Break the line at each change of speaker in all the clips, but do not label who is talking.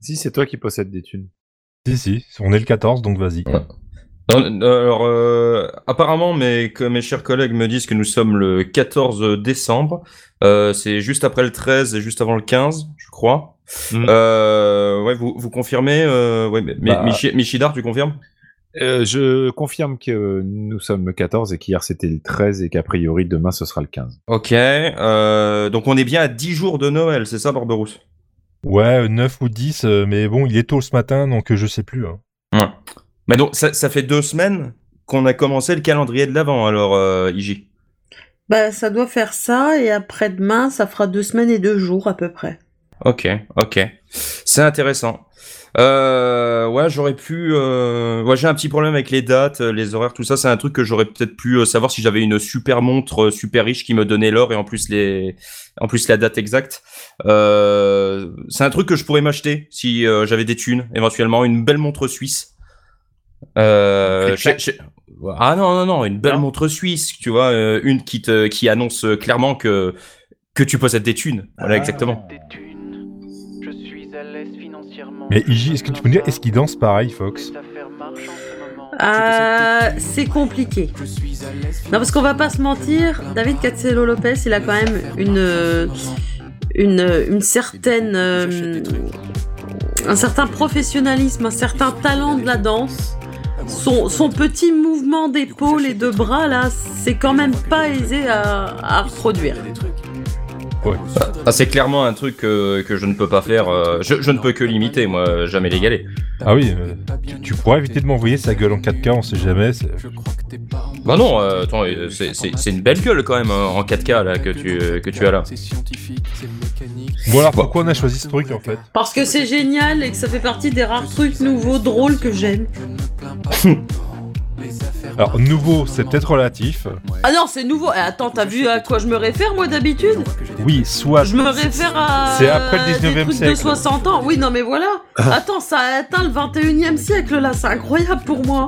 Si, c'est toi qui possèdes des thunes.
Si, si, on est le 14, donc vas-y.
Ouais. Non, non, alors, euh, apparemment, mes, que mes chers collègues me disent que nous sommes le 14 décembre. Euh, c'est juste après le 13 et juste avant le 15, je crois.
Mhm.
Euh, ouais, vous, vous confirmez euh, ouais, mais, mais-
Bah.
Michi- Michidar, tu confirmes
Euh, je confirme que nous sommes le 14 et qu'hier c'était le 13 et qu'a priori demain ce sera le 15.
Ok. euh, donc, on est bien à 10 jours de Noël, c'est ça, Barberousse
Ouais, euh, 9 ou 10, euh, mais bon, il est tôt ce matin, donc euh, je sais plus. hein.
Ouais. Bah donc, ça, ça fait deux semaines qu'on a commencé le calendrier de l'avant, alors, euh, IJ.
Bah, ça doit faire ça, et après-demain, ça fera deux semaines et deux jours à peu près.
Ok, ok. C'est intéressant. Euh, ouais, j'aurais pu. Euh... Ouais, j'ai un petit problème avec les dates, euh, les horaires, tout ça. C'est un truc que j'aurais peut-être pu euh, savoir si j'avais une super montre euh, super riche qui me donnait l'heure et en plus les, en plus la date exacte. Euh... C'est un truc que je pourrais m'acheter si euh, j'avais des thunes, éventuellement une belle montre suisse. Euh,
Clic-clac.
j'ai- j'ai- Ah non non non, une belle
Non.
montre suisse, tu vois, euh, une qui te, qui annonce euh, clairement que que tu possèdes des thunes. Voilà
Ah.
exactement.
Des thunes. Je suis à l'aise financièrement.
Mais IJ, est-ce que tu peux me dire, est-ce qu'il danse pareil, Fox
Les affaires marchent en ce moment.
Ah, c'est compliqué. Non, parce qu'on va pas se mentir, David Castello Lopez, il a quand même une, euh, une, euh, une certaine. euh, un certain professionnalisme, un certain talent de la danse. Son, son petit mouvement d'épaule et de bras, là, c'est quand même pas aisé à, à reproduire.
Ah, c'est clairement un truc euh, que je ne peux pas faire. euh, je, je ne peux que l'imiter, moi, euh, jamais l'égaler.
Ah oui, euh, tu, tu pourrais éviter de m'envoyer sa gueule en 4K, on sait jamais. c'est-
Bah non, euh, attends, euh, c'est- c'est c'est une belle gueule quand même euh, en 4K là que tu euh, que tu as là.
Bon alors, pourquoi on a choisi ce truc en fait
Parce que c'est génial et que ça fait partie des rares trucs nouveaux, drôles que j'aime.
Alors, nouveau, c'est peut-être relatif.
Ah non, c'est nouveau. Eh, attends, t'as vu à quoi je me réfère, moi, d'habitude
Oui, soit.
Je me réfère à.
C'est après le 19e
des trucs
siècle. Ah.
de 60 ans. Oui, non, mais voilà. Attends, ça a atteint le 21e siècle, là. C'est incroyable pour moi.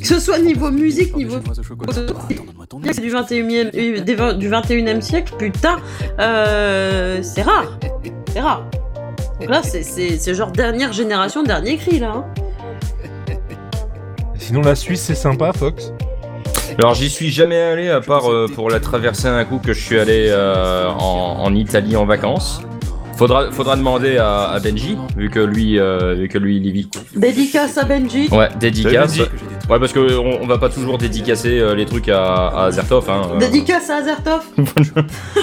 Que ce soit niveau musique, niveau. C'est du 21e, euh, des vingt- du 21e siècle, putain. Euh, c'est rare. C'est rare. Donc là, c'est- c'est c'est genre dernière génération, dernier cri, là. hein.
Sinon, la Suisse, c'est sympa, Fox.
Alors j'y suis jamais allé à part euh, pour la traversée un coup que je suis allé euh, en, en Italie en vacances. Faudra faudra demander à, à Benji vu que lui euh, vu que lui il y vit.
Dédicace à Benji.
Ouais, dédicace.
Salut,
Ouais parce que on, on va pas toujours dédicacer euh, les trucs à, à Zertov.
bah,
Hein, euh.
Dédicace à Azertov.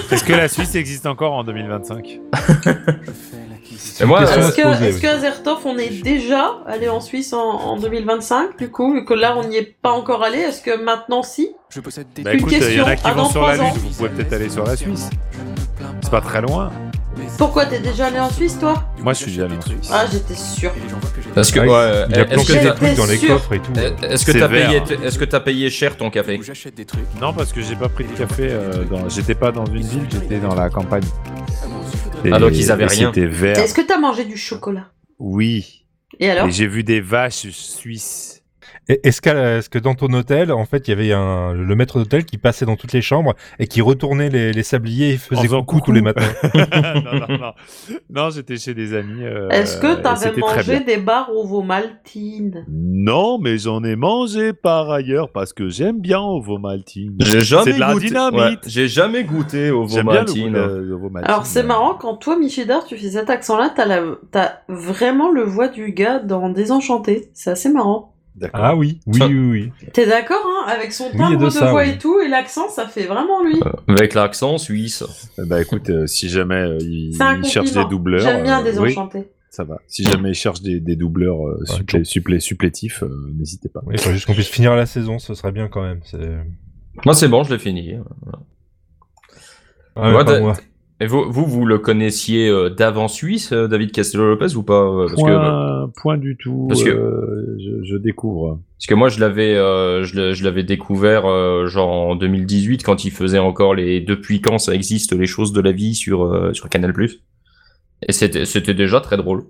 Est-ce Ah, que la Suisse existe encore en 2025
Et
Question
moi,
à
Euh, Est-ce
se
que,
poser,
est-ce
oui.
que Azertov, on est déjà allé en Suisse en, en 2025, du coup, vu que là, on n'y est pas encore allé, est-ce que maintenant, si
Je possède des
Bah
Une
écoute, il y en a
question,
qui
avant
vont sur la
trois ans.
Lune, vous pouvez peut-être aller sur la Suisse. C'est pas très loin.
Pourquoi t'es déjà allé en Suisse, toi
Moi je suis déjà allé en Suisse.
Ah, j'étais sûr.
parce que
Ah
Ouais,
ouais,
Il a
est-ce que
planqué des
t'as-
j'étais
trucs dans les
sûre.
coffres et tout.
est-ce que
C'est
t'as
vert,
payé
hein.
est-ce que t'as payé cher ton café
Non, parce que j'ai pas pris de café. euh, dans... J'étais pas dans une ville, j'étais dans la campagne.
Ah, donc ils avaient
et
rien.
C'était vert.
Est-ce que Hein t'as mangé du chocolat
Oui.
Et alors
Et j'ai vu des vaches suisses.
Et Est-ce qu'à- est-ce que dans ton hôtel, en fait, il y avait un, le maître d'hôtel qui passait dans toutes les chambres et qui retournait les, les sabliers et faisait
faisant
coucou
coucou.
tous les matins
non, non, non. Non, j'étais chez des amis. euh,
Est-ce que
et
t'avais
c'était très
mangé
bien.
des bars vos maltines
Non, mais j'en ai mangé par ailleurs parce que j'aime bien vos maltines.
J'ai jamais
C'est de la
goûté.
dynamite.
ouais, j'ai jamais goûté au
J'aime bien
vomatine.
le, le, le vomatine.
Alors, c'est marrant, quand toi, Michidar, tu fais cet accent-là, t'as la- t'as vraiment le voix du gars dans Désenchanté. C'est assez marrant.
D'accord.
Ah oui, oui, oui, oui.
T'es d'accord, hein Avec son
il y a
timbre
de
de,
ça,
voix
oui.
et tout, et l'accent, ça fait vraiment lui.
Euh,
Avec l'accent suisse.
Bah écoute, euh, si jamais euh, ils
C'est un
ils cherchent des
compliment.
doubleurs.
J'aime bien
euh, oui,
Désenchanté.
ça va. Si jamais ils cherchent des, des doubleurs euh, supplé- supplé- supplétifs, euh, n'hésitez pas.
Il faut juste qu'on puisse finir la saison, ce serait bien quand même. c'est-
Moi, c'est bon, je l'ai fini.
Ah, mais
Moi,
pas
t'as-
moi.
Et vous, vous, vous le connaissiez euh, d'avant Suisse, euh, David Castello-Lopez, ou pas euh, parce que,
Point, point du tout.
parce que-
euh, je, je découvre.
parce que moi, je l'avais, euh, je l'ai- je l'avais découvert euh, genre en 2018 quand il faisait encore les Depuis quand ça existe, les choses de la vie sur, euh, sur Canal+. Et c'était c'était déjà très drôle.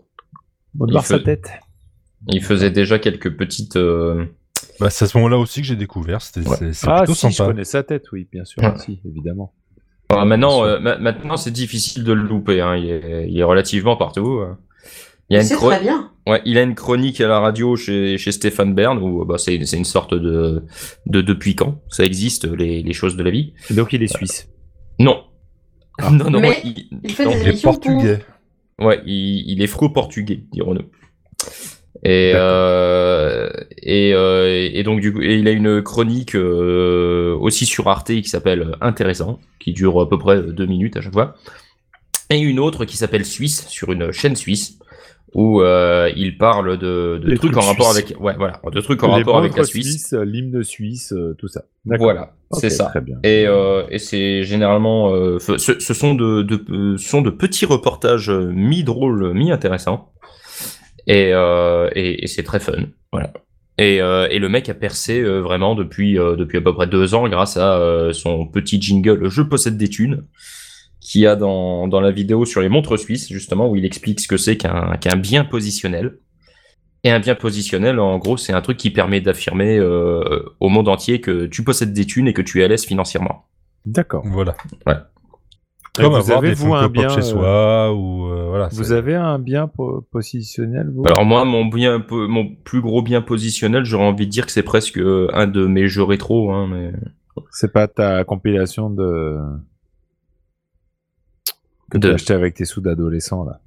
Bon,
Il
voir sa
fait-
tête.
Il faisait déjà quelques petites... euh,
Bah, c'est à ce moment-là aussi que j'ai découvert, c'était
Ouais.
c'est- c'est
Ah,
plutôt
si, je
sympa.
connais sa tête, oui, bien sûr.
Ouais.
Si, évidemment.
Enfin,
Bien
maintenant,
sûr.
euh, ma- maintenant c'est difficile de le louper. hein, Il, est, il est relativement partout. euh. Il y a une
C'est
cro-
très bien.
Ouais, il a une chronique à la radio chez, chez Stéphane Bern où bah, c'est c'est une sorte de, de depuis quand ça existe les, les choses de la vie.
Donc il est suisse.
Non. Non, non,
Ah. Mais
il,
il fait
non,
des-
Les
Émission
Portugais.
ouais, il, il est franc-portugais, dirons-nous. Et,
D'accord.
euh, et, euh, et donc du coup, et il a une chronique euh, aussi sur Arte qui s'appelle Intéressant, qui dure à peu près deux minutes à chaque fois, et une autre qui s'appelle Suisse sur une chaîne suisse où euh, il parle de, de
Des
trucs en
trucs
rapport
suisses.
avec, ouais, voilà, de trucs en rapport avec la Suisse.
l'hymne suisse, euh, tout ça. D'accord.
Voilà,
Ok,
c'est ça.
Très bien.
Et, euh, et c'est généralement, euh, fe- ce, ce sont de, de- euh, ce sont de petits reportages euh, mi-drôles, mi-intéressants, et, euh, et, et c'est très fun, voilà. Et, euh, et le mec a percé euh, vraiment depuis euh, depuis à peu près deux ans grâce à euh, son petit jingle "Je possède des thunes" qu'il y a dans, dans la vidéo sur les montres suisses justement où il explique ce que c'est qu'un qu'un bien positionnel. Et un bien positionnel, en gros, c'est un truc qui permet d'affirmer euh, au monde entier que tu possèdes des thunes et que tu es à l'aise financièrement.
D'accord.
Voilà.
Ouais.
Comme
vous
avoir
avez,
des
vous, un
Funko Pop
bien,
chez
euh,
soi ou euh, voilà.
Vous
c'est-
avez un bien po- positionnel, vous
Bah, Alors moi, mon bien, po- mon plus gros bien positionnel, j'aurais envie de dire que c'est presque euh, un de mes jeux rétro. Hein, mais...
C'est pas ta compilation de. que
De-
t'as acheté avec tes sous d'adolescent, là.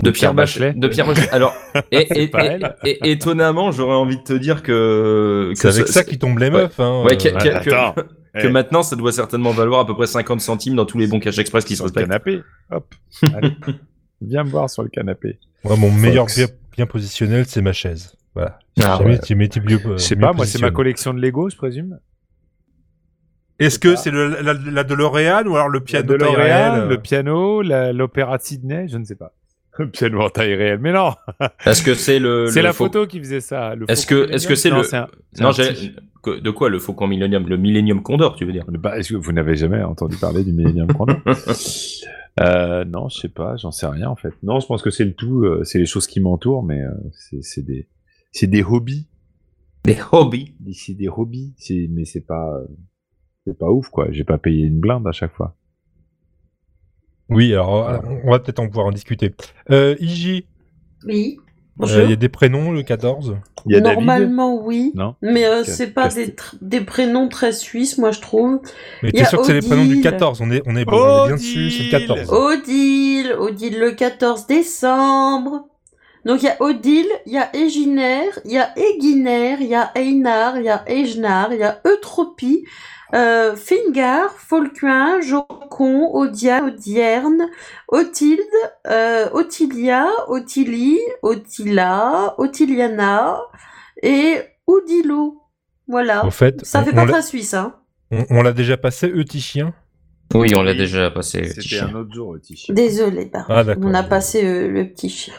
De
Pierre
Pierre Bachelet.
Bachelet.
De Pierre Bachelet. Alors, et, et-
pas
et-
elle.
et- étonnamment, j'aurais envie de te dire que, que
C'est avec
ce-
ça qui tombent les meufs. Hein,
Ouais, que-
euh,
que- que-
attends.
que
Eh.
maintenant, ça doit certainement valoir à peu près 50 centimes dans tous les bons cash express qui se
Sur le
respectent.
canapé. Hop. Allez. Viens me voir sur le canapé.
Moi, mon meilleur
Fox.
bien, bien positionnel, c'est ma chaise. Voilà.
Ah,
Jamais
ouais.
tu mets tes mieux, euh,
Je sais
mieux
pas, moi, c'est ma
positionnés.
collection de Lego, je présume.
Est-ce que c'est le- la, la DeLorean ou alors le piano
La
taille
DeLorean,
réelle, euh,
le piano, la- l'opéra de Sydney, je ne sais pas. Le piano en taille réelle. Mais non,
Est-ce que c'est le.
c'est
Euh, le
la
faux-
photo qui faisait ça. le
Est-ce
faux
que- est-ce que c'est
Non,
le-
un- c'est
Non,
un
j'ai-
petit.
que- de quoi le Faucon Millennium Le Millennium Condor, tu veux dire
Bah, est-ce que vous n'avez jamais entendu parler du Millennium Condor Euh, Non, je sais pas, j'en sais rien en fait. Non, je pense que c'est le tout, euh, c'est les choses qui m'entourent, mais euh, c'est- c'est des, c'est des hobbies,
Des hobbies.
Des- c'est des hobbies, c'est- mais c'est pas, euh, c'est pas ouf quoi. J'ai pas payé une blinde à chaque fois.
Oui, alors euh, on va peut-être en pouvoir en discuter. Euh, IJ,
Oui.
euh, il
Bonjour.
y a des prénoms le 14
Il y a David.
Normalement, oui.
Non.
Mais euh,
Qu'est-
c'est pas
qu'est-ce
des, tr- des prénoms très suisses, moi, je trouve.
Mais
Il y
t'es
a
sûr que c'est les prénoms du
Odile.
14 On est, on est bon, on est
Odile.
bien dessus, c'est le 14.
Odile, Odile le 14 décembre. Donc il y a Odile, il y a Éginer, il y a Éguiner, il y a Einar, il y a Ejnar, il y a Eutropie, euh, Fingar, Folcuin, Joncon, Odia, Odierne, Otilde, euh, Otilia, Otili, Otila, Otiliana et Oudilo. Voilà.
En fait,
Ah, Ça
on-
fait
on
pas
l'a-
très suisse, hein.
on on l'a déjà passé, Eutychien.
Oui, on l'a
Oui.
déjà passé.
C'était un autre jour, Tichi.
Désolé, pardon.
Ah, d'accord.
on a passé euh, le petit chien.